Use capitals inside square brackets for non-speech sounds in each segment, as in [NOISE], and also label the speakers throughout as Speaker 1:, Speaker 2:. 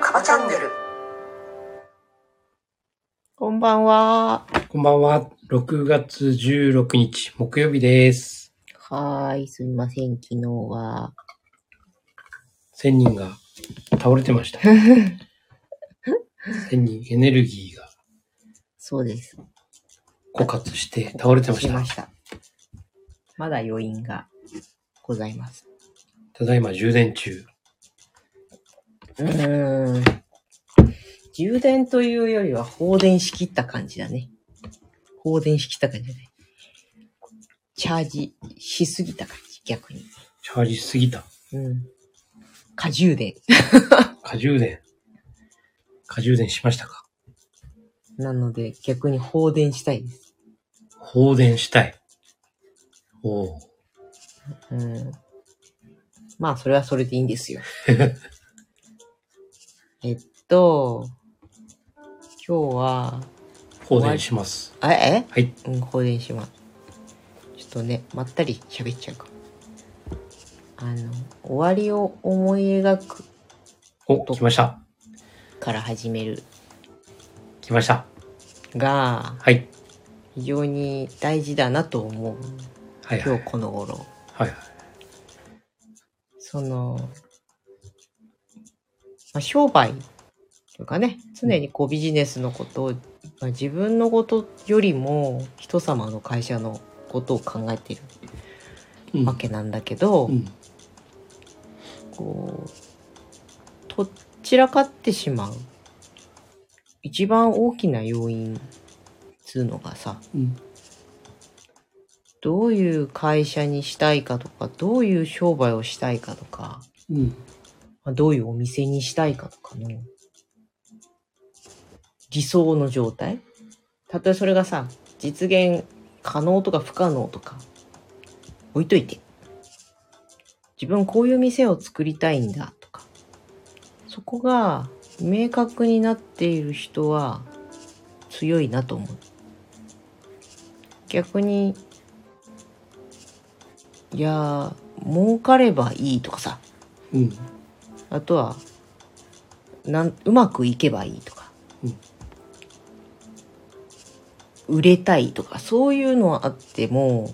Speaker 1: カバチャンネル
Speaker 2: こんばんは。
Speaker 3: こんばんは。6月16日、木曜日です。
Speaker 2: はーい、すみません、昨日は。
Speaker 3: 1000人が倒れ
Speaker 2: [LAUGHS]
Speaker 3: てました。1000人エネルギーが
Speaker 2: そうです。
Speaker 3: 枯渇して倒れてまし
Speaker 2: しま
Speaker 3: た。
Speaker 2: した。まだ余韻がございます。
Speaker 3: ただいま充電中。
Speaker 2: うーん。充電というよりは放電しきった感じだね。放電しきった感じだね。チャージしすぎた感じ、逆に。
Speaker 3: チャージしすぎた。
Speaker 2: うん。過充電。
Speaker 3: 過充電。過充電しましたか
Speaker 2: なので、逆に放電したいです。
Speaker 3: 放電したい。おお。
Speaker 2: うん。まあ、それはそれでいいんですよ。えっと、今日は、
Speaker 3: 放電します。
Speaker 2: あえ
Speaker 3: はい。
Speaker 2: うん、放電します。ちょっとね、まったり喋っちゃうかも。あの、終わりを思い描く
Speaker 3: お、来ました。
Speaker 2: から始める
Speaker 3: 来ました。
Speaker 2: が、
Speaker 3: はい。
Speaker 2: 非常に大事だなと思う。
Speaker 3: はいはい。
Speaker 2: 今日この頃。
Speaker 3: はいはい。
Speaker 2: その、まあ、商売というかね、常にこうビジネスのことを、まあ、自分のことよりも人様の会社のことを考えている
Speaker 3: うん
Speaker 2: わけなんだけど、
Speaker 3: うん。
Speaker 2: こう、とっちらかってしまう。一番大きな要因っつうのがさ、
Speaker 3: うん。
Speaker 2: どういう会社にしたいかとか、どういう商売をしたいかとか、
Speaker 3: うん。
Speaker 2: まあどういうお店にしたいかとかの理想の状態たとえそれがさ、実現可能とか不可能とか置いといて。自分こういう店を作りたいんだとか。そこが明確になっている人は強いなと思う。逆に、いやー、儲かればいいとかさ、
Speaker 3: うん。
Speaker 2: あとはなんうまくいけばいいとか、
Speaker 3: うん
Speaker 2: 売れたいとかそういうのはあっても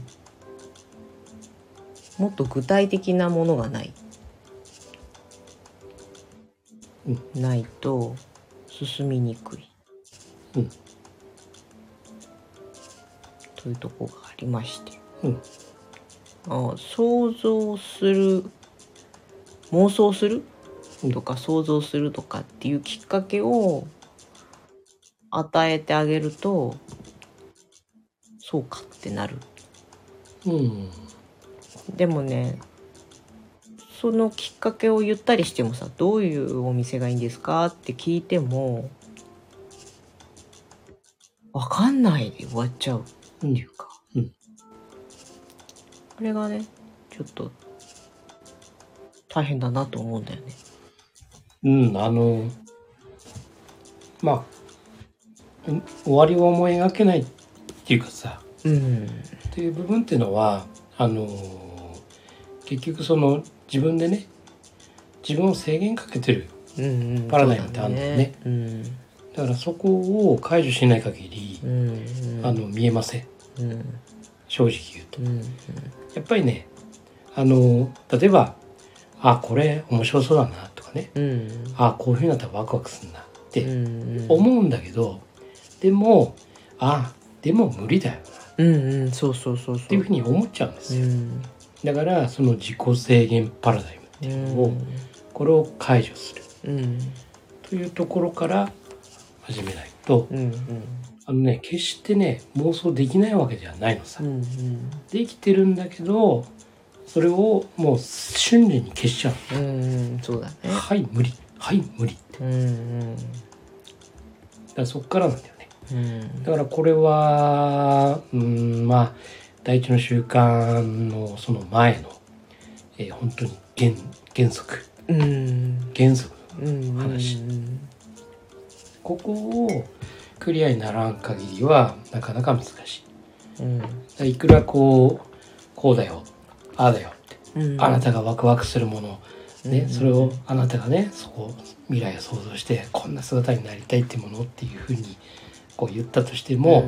Speaker 2: もっと具体的なものがない、
Speaker 3: う
Speaker 2: ないと進みにくい、
Speaker 3: うん
Speaker 2: というところがありまして、
Speaker 3: うん
Speaker 2: あ想像する妄想する
Speaker 3: うん
Speaker 2: とか想像するとかっていうきっかけを与えてあげるとそうかってなる
Speaker 3: うん。
Speaker 2: でもねそのきっかけを言ったりしてもさどういうお店がいいんですかって聞いてもわかんないで終わっちゃう
Speaker 3: う
Speaker 2: っ
Speaker 3: ん
Speaker 2: ていうか、
Speaker 3: うん
Speaker 2: これがねちょっと大変だなと思うんだよね。
Speaker 3: うん、あの、まあ、ん終わりを思い描けないっていうかさ、
Speaker 2: うん、
Speaker 3: っていう部分っていうのは、あの、結局その自分でね、自分を制限かけてる。
Speaker 2: うん
Speaker 3: パラダイムってあんだよね。
Speaker 2: うん
Speaker 3: だからそこを解除しない限り
Speaker 2: う、ん、
Speaker 3: あの、見えません。
Speaker 2: うん、
Speaker 3: 正直言うと。
Speaker 2: うん、
Speaker 3: やっぱりね、あの、例えば、あ、これ面白そうだなとかね、
Speaker 2: うん、
Speaker 3: あ、こういうふうになったらワクワクするなって
Speaker 2: うん、
Speaker 3: 思うんだけど、でもあでも無理だよなっ
Speaker 2: うん、うん、そうそうそうそう。
Speaker 3: ていうふうに思っちゃうんです
Speaker 2: う
Speaker 3: よ、
Speaker 2: ん、
Speaker 3: だからその自己制限パラダイム
Speaker 2: う
Speaker 3: を
Speaker 2: ん、
Speaker 3: これを解除する
Speaker 2: うん、
Speaker 3: というところから始めないと
Speaker 2: うん、
Speaker 3: あのね決してね妄想できないわけじゃないのさ、
Speaker 2: うん、
Speaker 3: できてるんだけどそれをもう瞬時に消しちゃ
Speaker 2: う
Speaker 3: う
Speaker 2: ん、そうだね。
Speaker 3: はい無理はい無理って
Speaker 2: うん、うん、
Speaker 3: だからそっからなんだよね
Speaker 2: うん、
Speaker 3: だからこれは、うん、まあ、第一の習慣のその前の、えー本当に原原則、
Speaker 2: うん、
Speaker 3: 原則。
Speaker 2: うん、
Speaker 3: ここをクリアにならん限りはなかなか難しいだか
Speaker 2: うん。
Speaker 3: らいくらこうこうだよああだよって、
Speaker 2: うん
Speaker 3: あなたがワクワクするもの、ね
Speaker 2: うん
Speaker 3: それをあなたがねそこ未来を想像してこんな姿になりたいってものっていうふうにこう言ったとしても、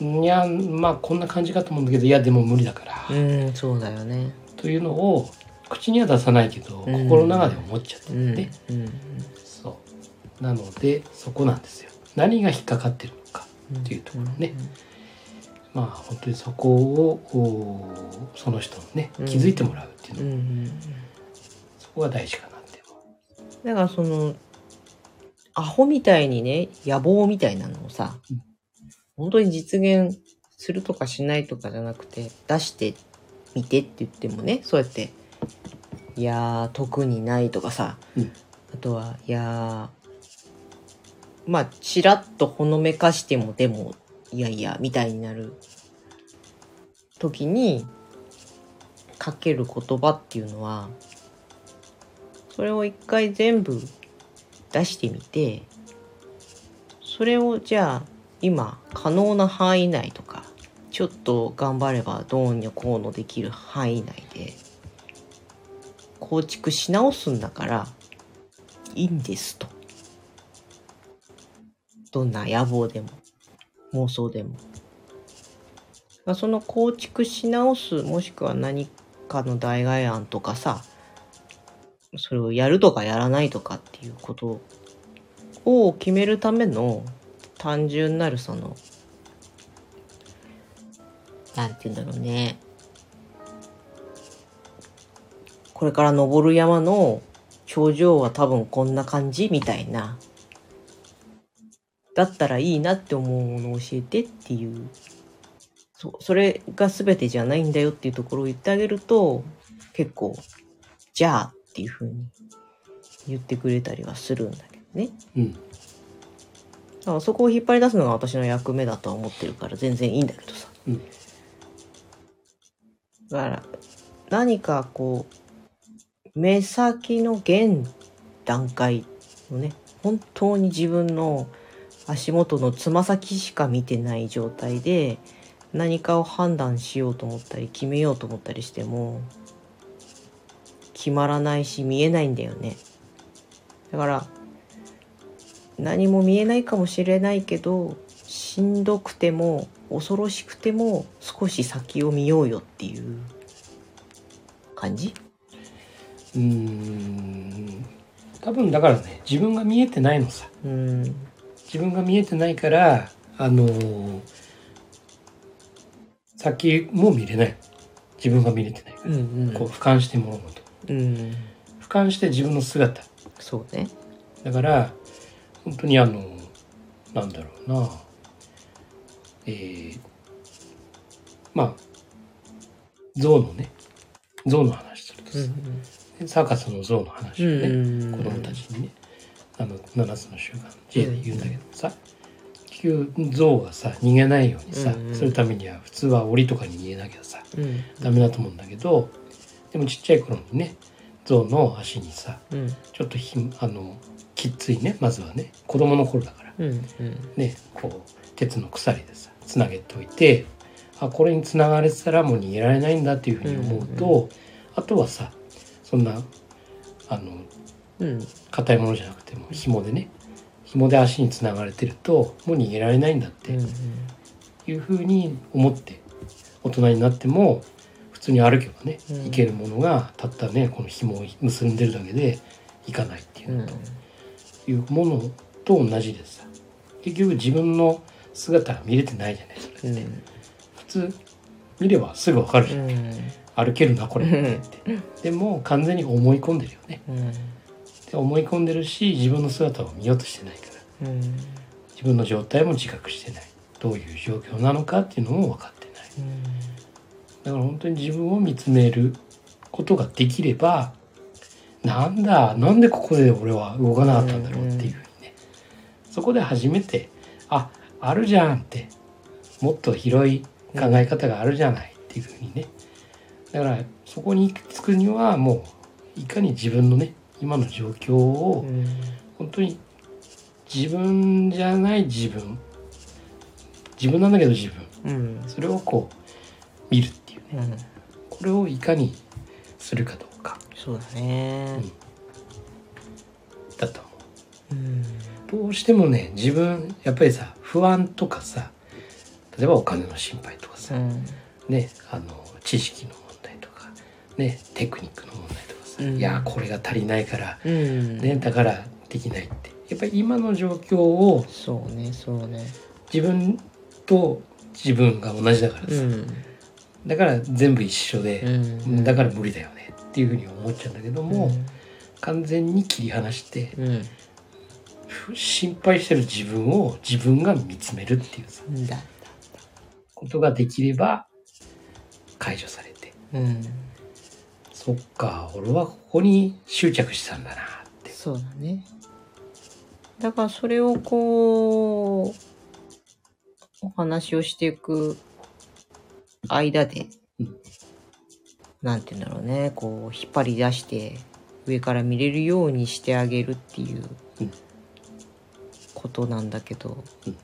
Speaker 3: いやまあこんな感じかと思うんだけどいやでも無理だから、
Speaker 2: うん、うん、うん、そうだよね。
Speaker 3: というのを口には出さないけど、
Speaker 2: うん
Speaker 3: 心の中で思っちゃって
Speaker 2: う
Speaker 3: て、
Speaker 2: ん、うん、
Speaker 3: そうなのでそこなんですよ何が引っかかってるのか
Speaker 2: うん
Speaker 3: っていうところね。まあ本当にそこをこうその人のね
Speaker 2: うん
Speaker 3: 気づいてもらうっていう
Speaker 2: う
Speaker 3: の、
Speaker 2: ん、うん。
Speaker 3: そこが大事かなって
Speaker 2: だからそのアホみたいにね野望みたいなのをさ、
Speaker 3: うん
Speaker 2: 本当に実現するとかしないとかじゃなくて出してみてって言ってもねそうやって「いやー特にない」とかさ、
Speaker 3: うん
Speaker 2: あとは「いやーまあちらっとほのめかしてもでもいやいや」みたいになる時にかける言葉っていうのはそれを一回全部出してみてそれをじゃあ今可能な範囲内とかちょっと頑張ればどうにこうのできる範囲内で構築し直すんだからいいんですとどんな野望でも妄想でもまあその構築し直すもしくは何かの代替案とかさそれをやるとかやらないとかっていうことを決めるための単純なるそのなんて言うんだろうねこれから登る山の頂上は多分こんな感じみたいなだったらいいなって思うものを教えてっていうそそれが全てじゃないんだよっていうところを言ってあげると結構じゃあっていうふうに言ってくれたりはするんだけどね。
Speaker 3: いうの、
Speaker 2: だからそこを引っ張り出すのが私の役目だとは思ってるから全然いいんだけどさ。
Speaker 3: うん
Speaker 2: だから何かこう目先の現段階のね本当に自分の足元のつま先しか見てない状態で何かを判断しようと思ったり決めようと思ったりしても決まらないし見えないんだよね。だから何も見えないかもしれないけどしんどくても恐ろしくても少し先を見ようよっていう感じ
Speaker 3: うん、うん多分だからね自分が見えてないのさ
Speaker 2: うん
Speaker 3: 自分が見えてないからあのー先も見れない自分が見れてないか
Speaker 2: う
Speaker 3: ら、
Speaker 2: ん
Speaker 3: こう俯瞰して物事
Speaker 2: うん
Speaker 3: 俯瞰して自分の姿
Speaker 2: そうね
Speaker 3: だから本当にあのなんだろうなえー、まあ象のね象の話するとさ、サーカスの象の話をね、
Speaker 2: うん
Speaker 3: 子供たちにねあの7つの習慣 J で言うんだけどさ結局象がさ逃げないようにさ、
Speaker 2: うんうん
Speaker 3: するためには普通は檻とかに逃げなきゃさ
Speaker 2: うん
Speaker 3: ダメだと思うんだけどでもちっちゃい頃にね象の足にさ
Speaker 2: うん
Speaker 3: ちょっとひあのきっついねまずはね子供の頃だから
Speaker 2: うん
Speaker 3: ねこう鉄の鎖でさつなげておいてあこれにつながれてたらもう逃げられないんだっていうふうに思うと、
Speaker 2: うん
Speaker 3: あとはさそんなあの
Speaker 2: うん
Speaker 3: 硬いものじゃなくても紐でね紐で足につながれてるともう逃げられないんだっていうふうに思って大人になっても普通に歩けばね、
Speaker 2: うん
Speaker 3: 行けるものがたったねこの紐を結んでるだけで行かないっていううのと、
Speaker 2: ん
Speaker 3: いうものと同じでさ結局自分の姿が見れてないじゃないそれって、普通見ればすぐわかるじゃん、歩けるなこれって言ってでも完全に思い込んでるよねで思い込んでるし自分の姿を見ようとしてないから自分の状態も自覚してないどういう状況なのかっていうのも分かってないだから本当に自分を見つめることができればなんだなんでここで俺は動かなかったんだろうっていうふうにねそこで初めてああるじゃんってもっと広い考え方があるじゃないっていうふうにねだからそこに行き着くにはもういかに自分のね今の状況を本当に自分じゃない自分自分なんだけど自分
Speaker 2: うん
Speaker 3: それをこう見るっていうね
Speaker 2: うん
Speaker 3: これをいかにするかどうか
Speaker 2: そうだね
Speaker 3: だと思
Speaker 2: う
Speaker 3: う
Speaker 2: ん
Speaker 3: どうしてもね自分やっぱりさ不安とかさ例えばお金の心配とかさ、
Speaker 2: うん
Speaker 3: ねあの知識の問題とかねテクニックの問題とかさ、
Speaker 2: うん
Speaker 3: いやーこれが足りないから、
Speaker 2: うん
Speaker 3: ねだからできないってやっぱり今の状況を
Speaker 2: そうねそうね
Speaker 3: 自分と自分が同じだからさ、
Speaker 2: うん
Speaker 3: だから全部一緒で、
Speaker 2: うん
Speaker 3: だから無理だよねっていうふうに思っちゃうんだけども、完全に切り離して
Speaker 2: うん
Speaker 3: ふ心配してる自分を自分が見つめるっていうさ
Speaker 2: うんだ
Speaker 3: ことができれば解除されて
Speaker 2: うん
Speaker 3: そっか俺はここに執着してたんだなって
Speaker 2: そうだねだからそれをこうお話をしていく間で、
Speaker 3: うん
Speaker 2: なんて言うんだろうねこう引っ張り出して上から見れるようにしてあげるっていううんことなんだけど、
Speaker 3: うん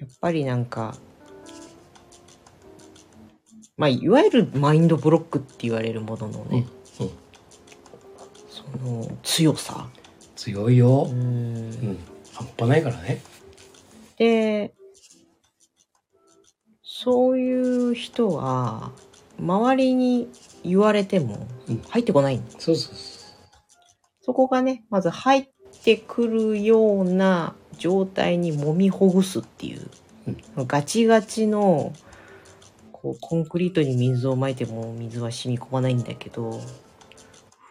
Speaker 2: やっぱりなんかまあいわゆるマインドブロックって言われるもののね、
Speaker 3: うんうん
Speaker 2: その強さ。
Speaker 3: 強いよ、
Speaker 2: う
Speaker 3: うん
Speaker 2: ん
Speaker 3: 半端ないからね
Speaker 2: で、そういう人は、周りに言われても
Speaker 3: うん
Speaker 2: 入ってこない。
Speaker 3: そうそう [LAUGHS] そ
Speaker 2: そこがね、まず入ってくるような状態に揉みほぐすっていう、ガチガチの、こう、コンクリートに水をまいても水は染み込まないんだけど、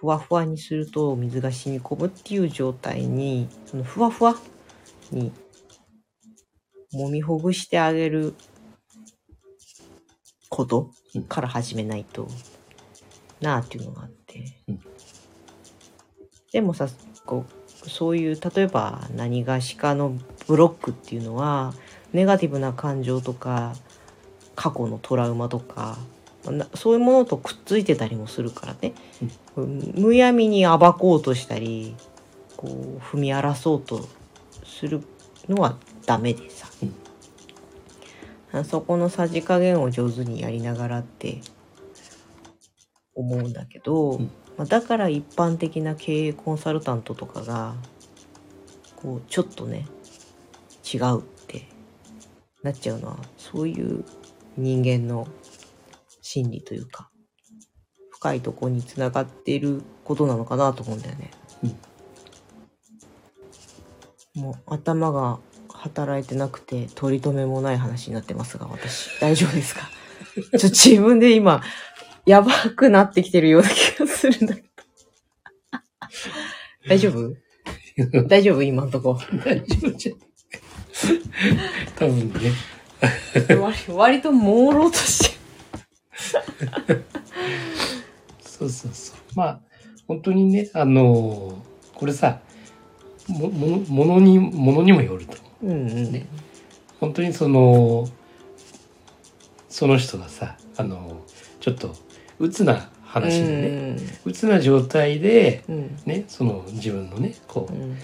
Speaker 2: ふわふわにすると水が染み込むっていう状態に、そのふわふわに揉みほぐしてあげること
Speaker 3: うん
Speaker 2: から始めないとなあっていうのがあって。でもさこうそういう例えば何がしかのブロックっていうのはネガティブな感情とか過去のトラウマとかなそういうものとくっついてたりもするからね、むやみに暴こうとしたりこう踏み荒らそうとするのはダメでさ、そこのさじ加減を上手にやりながらって思うんだけど、
Speaker 3: うん
Speaker 2: まあ、だから一般的な経営コンサルタントとかがこうちょっとね違うってなっちゃうのはそういう人間の心理というか深いとこにつながっていることなのかなと思うんだよね。もう頭が働いてなくて取り留めもない話になってますが私大丈夫ですか [LAUGHS] ちょっと自分で今やばくなってきてるような気がするんだけど大丈夫
Speaker 3: う
Speaker 2: 大丈夫今んとこ
Speaker 3: 大丈夫じゃん多分ね
Speaker 2: 割割と朦朧として
Speaker 3: そうそうそうまあ本当にねあのーこれさもものものにものにもよると思
Speaker 2: う
Speaker 3: う
Speaker 2: んうん
Speaker 3: ね本当にそのその人がさあのちょっと鬱な話でね、鬱な状態で、
Speaker 2: うんうん
Speaker 3: ね、その自分のねこ
Speaker 2: う
Speaker 3: うん
Speaker 2: うん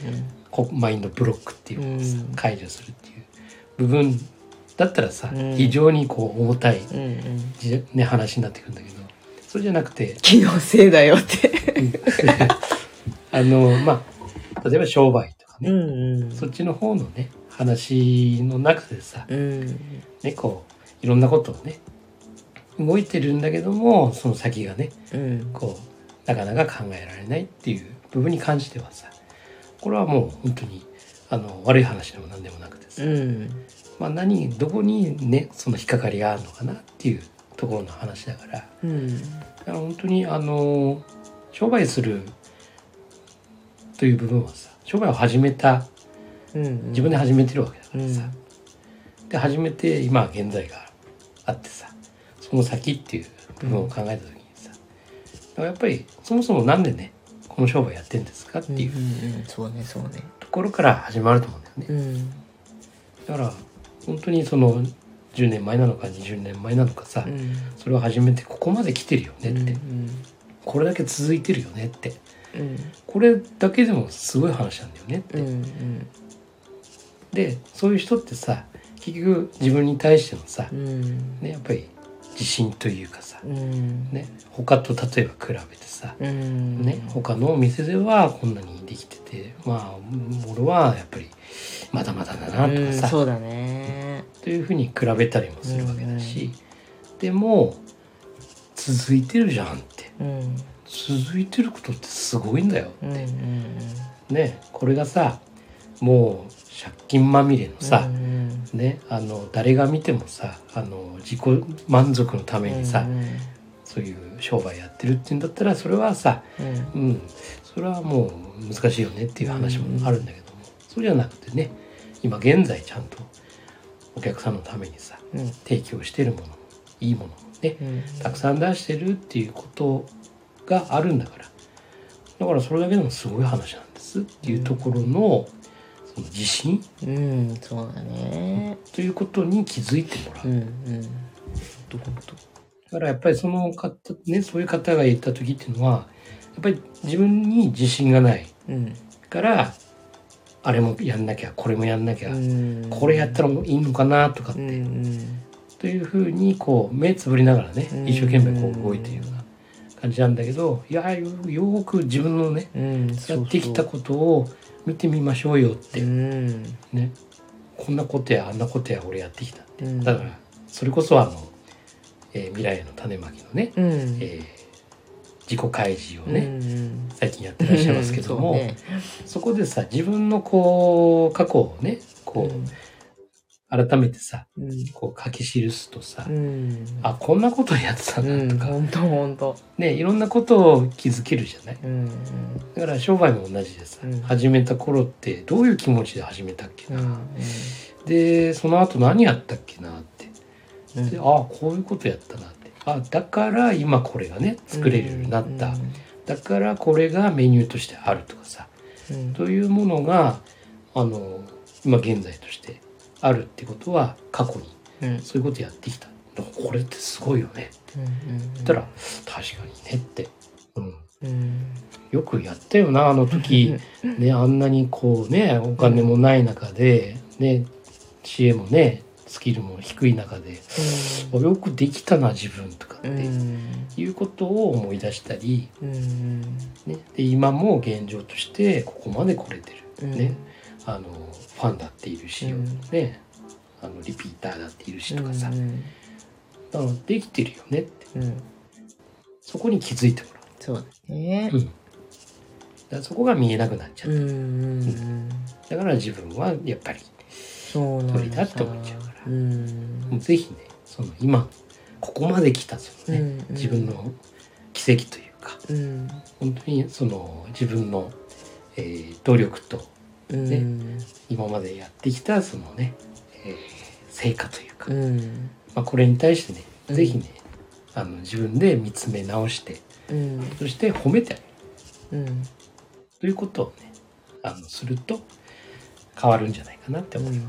Speaker 3: こマインドブロックっていうのをさ
Speaker 2: うん
Speaker 3: 解除するっていう部分だったらさ、
Speaker 2: うん
Speaker 3: 非常にこう重たい、
Speaker 2: うんうん
Speaker 3: じね、話になってくるんだけどそれじゃなくて
Speaker 2: 気のせいだよって
Speaker 3: [LAUGHS] あのまあ例えば商売とかね、
Speaker 2: んうん
Speaker 3: そっちの方のね話の中でさ、
Speaker 2: うん
Speaker 3: ね、こういろんなことをね動いてるんだけどもその先がね
Speaker 2: うん
Speaker 3: こうなかなか考えられないっていう部分に関してはさこれはもう本当にあの悪い話でも何でもなくてさ、
Speaker 2: うん
Speaker 3: まあ、何どこにねその引っかかりがあるのかなっていうところの話だからだ
Speaker 2: うん
Speaker 3: から本当にあの商売するという部分はさ商売を始めた
Speaker 2: うん
Speaker 3: 自分で始めてるわけだからさ、
Speaker 2: うん
Speaker 3: で初めて今現在があってさその先っていう部分を考えた時にさ、だからやっぱりそもそもなんでねこの商売やってんですかってい
Speaker 2: う
Speaker 3: う
Speaker 2: んうんうんそうねそうね
Speaker 3: ところから始まると思うんだよね、
Speaker 2: うん
Speaker 3: だから本当にその10年前なのか20年前なのかさ、
Speaker 2: うん
Speaker 3: それを始めてここまで来てるよねって、
Speaker 2: うん
Speaker 3: これだけ続いてるよねって
Speaker 2: うん
Speaker 3: これだけでもすごい話なんだよねって、
Speaker 2: うん
Speaker 3: でそういう人ってさ結局自分に対してのさ、
Speaker 2: うん
Speaker 3: ね、やっぱり自信というかさ、
Speaker 2: うん
Speaker 3: ね、他と例えば比べてさ、
Speaker 2: うん
Speaker 3: ね、他のお店ではこんなにできててまあ俺はやっぱりまだまだだなと
Speaker 2: うん
Speaker 3: かさ、
Speaker 2: そうだね
Speaker 3: というふうに比べたりもするわけだし、でも続いてるじゃんって
Speaker 2: うんうん
Speaker 3: 続いてることってすごいんだよ
Speaker 2: うん
Speaker 3: っ
Speaker 2: う
Speaker 3: て、
Speaker 2: ん
Speaker 3: ねこれがさもう借金まみれのさ
Speaker 2: う、ん
Speaker 3: ねあの誰が見てもさあの自己満足のためにさ、
Speaker 2: うん
Speaker 3: そういう商売やってるっていうんだったらそれはさ
Speaker 2: うん
Speaker 3: うん、それはもう難しいよねっていう話もあるんだけども、そうじゃなくてね今現在ちゃんとお客さんのためにさ
Speaker 2: うん
Speaker 3: 提供してるものもいいものもね
Speaker 2: うん
Speaker 3: たくさん出してるっていうことがあるんだからだからそれだけでもすごい話なんですっていうところのその自信
Speaker 2: うんそうだね
Speaker 3: ということに気づいてもら
Speaker 2: う。
Speaker 3: うん
Speaker 2: うんどこどこ
Speaker 3: だからやっぱりその方、ね、そういう方が言った時っていうのはやっぱり自分に自信がない
Speaker 2: うん
Speaker 3: からあれもやんなきゃこれもやんなきゃ、
Speaker 2: うん
Speaker 3: これやったらいいのかなとかっ
Speaker 2: う
Speaker 3: て、
Speaker 2: んうん
Speaker 3: というふうにこう目つぶりながらね
Speaker 2: うん
Speaker 3: 一生懸命こう動いているような感じなんだけどいやよよーく自分のね
Speaker 2: うん
Speaker 3: やってきた
Speaker 2: っ
Speaker 3: ことを見てみましょうよって
Speaker 2: うん
Speaker 3: ねこんなことやあんなことや俺やってきた
Speaker 2: うん
Speaker 3: だからそれこそあの、えー未来への種まきのね、
Speaker 2: うん
Speaker 3: えー自己開示を
Speaker 2: う
Speaker 3: ね、
Speaker 2: ん
Speaker 3: 最近やってらっしゃいますけども、
Speaker 2: うん
Speaker 3: そこでさ、自分のこう、過去をね、
Speaker 2: そう
Speaker 3: こ
Speaker 2: ね
Speaker 3: う、改めてさ、
Speaker 2: うん
Speaker 3: こう書き記すとさ
Speaker 2: う、ん
Speaker 3: あ、こんなことやってた
Speaker 2: うん
Speaker 3: だ
Speaker 2: ん
Speaker 3: とか、
Speaker 2: 本当本当
Speaker 3: ね、いろんなことを気づけるじゃない
Speaker 2: うん
Speaker 3: だから商売も同じでさ
Speaker 2: うん、
Speaker 3: 始めた頃ってどういう気持ちで始めたっけ
Speaker 2: うんう
Speaker 3: な。
Speaker 2: ん
Speaker 3: で、その後何やったっけなって。
Speaker 2: うん
Speaker 3: で、あ、こういうことやったなって。あ、だから今これがね、作れるようになった。だからこれがメニューとしてあるとかさ、
Speaker 2: うん
Speaker 3: というものがあの今現在としてあるってことは過去に
Speaker 2: うんうん
Speaker 3: そういうことやってきただからこれってすごいよねって
Speaker 2: うん
Speaker 3: 言ったら確かにねって、うん、
Speaker 2: うん
Speaker 3: よくやったよなあの時、
Speaker 2: [LAUGHS]
Speaker 3: ね、あんなにこうねお金もない中で、ね、知恵もねスキルも低い中であよくできたな自分とかっ
Speaker 2: う
Speaker 3: て
Speaker 2: んうん
Speaker 3: いうことを思い出したり、
Speaker 2: うん
Speaker 3: ね、で今も現状としてここまで来れてる、ね、あのファンだっているし、
Speaker 2: うん
Speaker 3: ねあのリピーターだっているしとかさ、
Speaker 2: うん
Speaker 3: だからできてるよねって
Speaker 2: うん
Speaker 3: そこに気づいてもらう
Speaker 2: そうだね
Speaker 3: うんだからそこが見えなくなっちゃ
Speaker 2: う
Speaker 3: う、
Speaker 2: んうんうん
Speaker 3: だから自分はやっぱり
Speaker 2: そうなんだ
Speaker 3: 鳥だって思っちゃうか
Speaker 2: う
Speaker 3: ら
Speaker 2: ん
Speaker 3: ぜひねその今ここまで来たそのね、
Speaker 2: うんうん
Speaker 3: 自分の奇跡というか
Speaker 2: うん
Speaker 3: 本当にその自分の、えー努力と
Speaker 2: うん
Speaker 3: 今までやってきたそのね、えー成果というか、
Speaker 2: うん
Speaker 3: まあ、これに対してね、
Speaker 2: うん
Speaker 3: ぜひねあの自分で見つめ直して
Speaker 2: うん
Speaker 3: そして褒めてあげる
Speaker 2: うん
Speaker 3: ということをねあのすると変わるんじゃないかなって思う、
Speaker 2: 本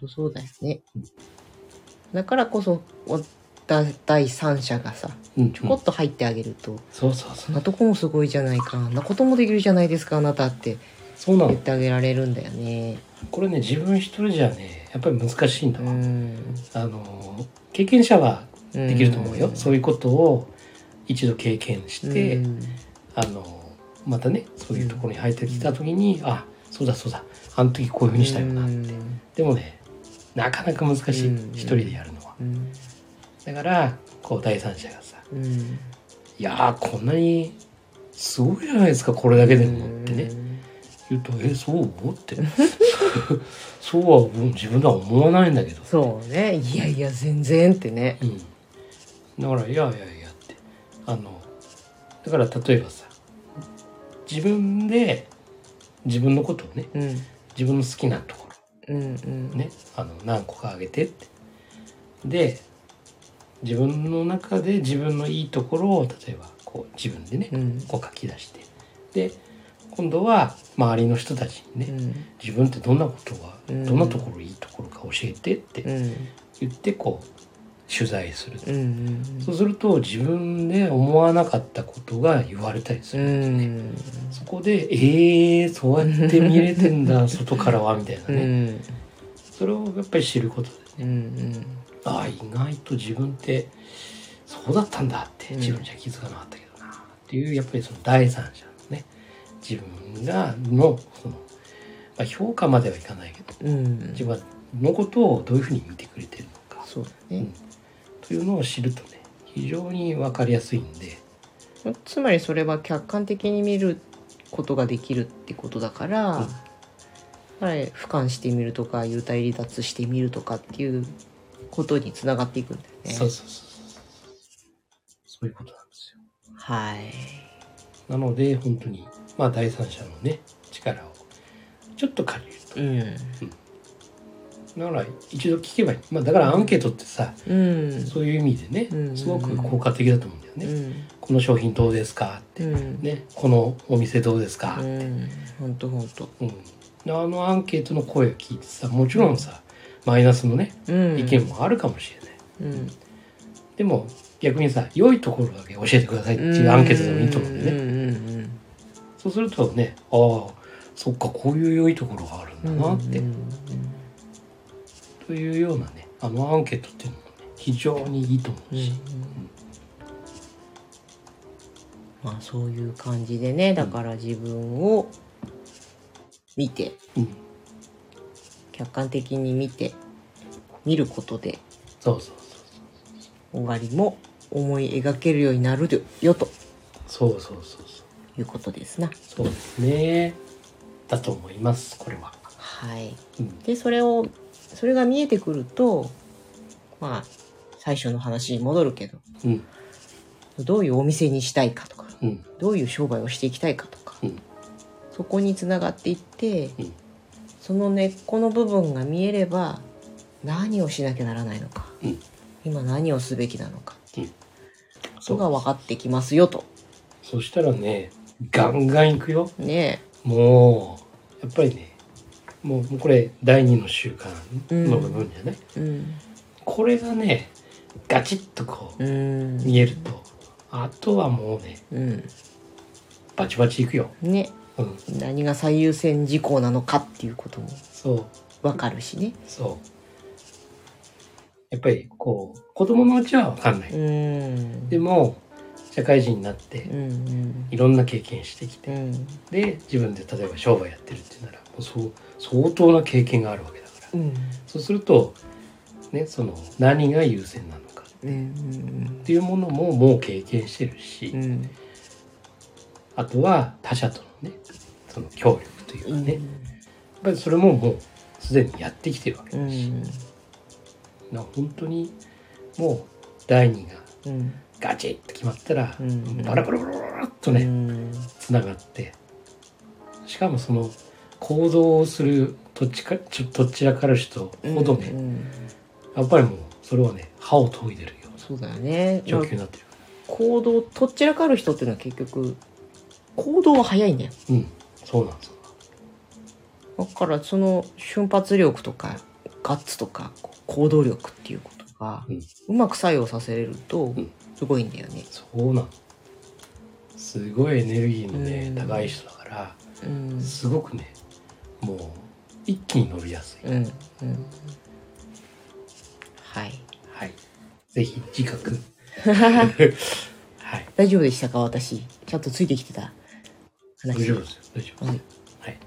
Speaker 2: 当そうだよね。だからこそ、おだ第三者がさ、
Speaker 3: うん、
Speaker 2: ちょこっと入ってあげると、
Speaker 3: そうそうそ
Speaker 2: あん
Speaker 3: う
Speaker 2: なとこもすごいじゃないか、あんなこともできるじゃないですか、あなたって
Speaker 3: そうな
Speaker 2: 言っ
Speaker 3: の
Speaker 2: てあげられるんだよね。
Speaker 3: これね自分一人じゃねやっぱり難しいんだ
Speaker 2: う
Speaker 3: わ、
Speaker 2: ん。
Speaker 3: あの経験者はできると思うよ、そういうことを一度経験して、
Speaker 2: うん
Speaker 3: あのまたねそういうところに入ってきた時に、あそうだそうだあの時こういうふうにしたよな、
Speaker 2: うん
Speaker 3: でもねなかなか難しい、
Speaker 2: うん
Speaker 3: 一人でやるのは
Speaker 2: うん
Speaker 3: だからこう第三者がさ
Speaker 2: うん
Speaker 3: 「いやーこんなにすごいじゃないですかこれだけでも」ってね言うと「えそう?」って [LAUGHS] 「そうはもう自分では思わないんだけど」
Speaker 2: そうね。いやいや、全然ってね。
Speaker 3: うん、だから「いやいやいや」ってあのだから例えばさ自分で自分のことをね
Speaker 2: うん。
Speaker 3: 自分の好きなとこ
Speaker 2: うんうん。
Speaker 3: ろねあの何個かあげてってで自分の中で自分のいいところを例えばこう自分でね、
Speaker 2: うん。
Speaker 3: こう書き出してで今度は周りの人たちに
Speaker 2: う
Speaker 3: ね
Speaker 2: ん。
Speaker 3: 自分ってどんなことが
Speaker 2: うん
Speaker 3: どんなところいいところか教えてって
Speaker 2: うん。
Speaker 3: 言ってこう取材する、
Speaker 2: うんうん
Speaker 3: そうすると自分で思わなかったことが言われたりす
Speaker 2: う
Speaker 3: る、
Speaker 2: ん
Speaker 3: そこで「えー、そうやって見れてんだ外からは」みたいな
Speaker 2: う
Speaker 3: ね、
Speaker 2: ん
Speaker 3: それをやっぱり知ることで
Speaker 2: うんうん
Speaker 3: ああ意外と自分ってそうだったんだって
Speaker 2: うん
Speaker 3: 自分じゃ気づかなかったけどなっていうやっぱりその第三者のね自分がのその、まあ、評価まではいかないけど
Speaker 2: うん
Speaker 3: 自分のことをどういうふうに見てくれてるのか
Speaker 2: そうだね
Speaker 3: というのを知るとね非常に分かりやすいんで
Speaker 2: つまりそれは客観的に見ることができるってことだから、
Speaker 3: うん
Speaker 2: はい、俯瞰してみるとか幽体離脱してみるとかっていうことにつながっていくんだよね。
Speaker 3: そうそうそうそうそういうことなんですよ
Speaker 2: はい。
Speaker 3: なので本当にまあ第三者のね力をちょっと借りると
Speaker 2: うん。
Speaker 3: だから一度聞けばいい、まあ、だからアンケートってさ
Speaker 2: うん。
Speaker 3: そういう意味でね、
Speaker 2: うん
Speaker 3: すごく効果的だと思うんだよね。
Speaker 2: うん。
Speaker 3: この商品どうですかって、
Speaker 2: うん。
Speaker 3: ね、このお店どうですか
Speaker 2: う、ん。本当本当。
Speaker 3: うんであのアンケートの声を聞いてさ、もちろんさ、マイナスのね、
Speaker 2: うん。
Speaker 3: 意見もあるかもしれない。
Speaker 2: うん。
Speaker 3: でも逆にさ、良いところだけ教えてくださいっていうアンケートでもいいと思うんだよね。
Speaker 2: ね。
Speaker 3: そうするとね、ああ、そっか、こういう良いところがある
Speaker 2: うんうんうんん。
Speaker 3: だなって、
Speaker 2: うん
Speaker 3: というようなね、あのアンケートっていうのもね、非常にいいと思う
Speaker 2: うん
Speaker 3: し、
Speaker 2: まあそういう感じでねだから自分を見て、
Speaker 3: うん
Speaker 2: 客観的に見て見ることで
Speaker 3: そうそう
Speaker 2: 終わりも思い描けるようになるよと
Speaker 3: そう、そうそうそうそう。
Speaker 2: いうことですな。
Speaker 3: そうですね。だと思います。これは。
Speaker 2: はい、
Speaker 3: うん
Speaker 2: でそれをそれが見えてくるとまあ最初の話に戻るけど
Speaker 3: うん。
Speaker 2: どういうお店にしたいかとか
Speaker 3: うん。
Speaker 2: どういう商売をしていきたいかとか、
Speaker 3: うん
Speaker 2: そこにつながっていって、
Speaker 3: うん
Speaker 2: その根っこの部分が見えれば何をしなきゃならないのか、
Speaker 3: うん
Speaker 2: 今何をすべきなのかっていうこ
Speaker 3: そ
Speaker 2: とが
Speaker 3: う。
Speaker 2: 分かってきますよと
Speaker 3: そしたらね、ガンガンいくよ。
Speaker 2: ね
Speaker 3: もう、やっぱりね、もうもうこれ第二の習慣の部分じゃない、
Speaker 2: えうん
Speaker 3: これがね、ガチッとこう、
Speaker 2: うん
Speaker 3: 見えると、あとはもうね、
Speaker 2: うん
Speaker 3: バチバチいくよ。
Speaker 2: ね
Speaker 3: うん。
Speaker 2: 何が最優先事項なのかっていうことも
Speaker 3: そう、
Speaker 2: 分かるしね
Speaker 3: そう。やっぱりこう、子供のうちはわかんな
Speaker 2: う
Speaker 3: い。
Speaker 2: ん
Speaker 3: でも、社会人になって
Speaker 2: う、ん
Speaker 3: いろんな経験してきて
Speaker 2: うんう、ん
Speaker 3: で自分で例えば商売やってるってならもうそう相当な経験があるわけだから
Speaker 2: うん
Speaker 3: そうすると、ね、その何が優先なのか
Speaker 2: うんうん
Speaker 3: っていうものももう経験してるし、
Speaker 2: うん
Speaker 3: あとは他者とのねその協力という
Speaker 2: う
Speaker 3: か
Speaker 2: ん
Speaker 3: ね、やっぱりそれももうすでにやってきてるわけ
Speaker 2: う
Speaker 3: だし、
Speaker 2: ん
Speaker 3: な本当にもう第二が
Speaker 2: うん
Speaker 3: ガチッと決まったら、
Speaker 2: うん
Speaker 3: バラバラバラバラバラっと
Speaker 2: う
Speaker 3: ね、
Speaker 2: ん
Speaker 3: つながってしかもその行動をするどっちかちょどちらかる人ほどね、
Speaker 2: うんうん
Speaker 3: やっぱりもうそれはね歯を研いでるよう
Speaker 2: そうだよね
Speaker 3: な状況になってるか
Speaker 2: 行動とっちらかる人っていうのは結局行動は早いんだよ
Speaker 3: らうんそうなんですよ
Speaker 2: だからその瞬発力とかガッツとかこう行動力っていうことが
Speaker 3: うん
Speaker 2: うまく作用させれると
Speaker 3: ん
Speaker 2: すごいんだよね、
Speaker 3: そうなのすごいエネルギーのね、
Speaker 2: うん
Speaker 3: 高い人だから
Speaker 2: うん
Speaker 3: すごくねもう一気に乗りやすい、
Speaker 2: うんうん、はい
Speaker 3: はいぜひ自覚はい
Speaker 2: 大丈夫でしたか私ちゃんとついてきてた
Speaker 3: 大
Speaker 2: 話
Speaker 3: 丈夫ですよ大丈夫、
Speaker 2: はい
Speaker 3: はい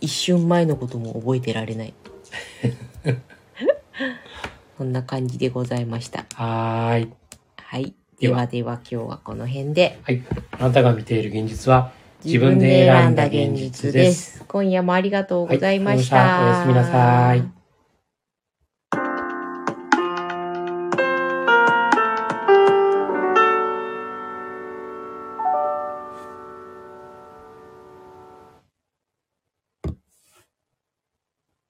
Speaker 2: 一瞬前のことも覚えてられない
Speaker 3: [LAUGHS]
Speaker 2: こんな感じでございました
Speaker 3: はーい
Speaker 2: はい。で
Speaker 3: で
Speaker 2: は
Speaker 3: は
Speaker 2: では今日はこの辺で。
Speaker 3: はい。あなたが見ている現実は自分で選んだ現実です。
Speaker 2: 今夜もありがとうございました。
Speaker 3: はいありがとうございましたおやすみなさい。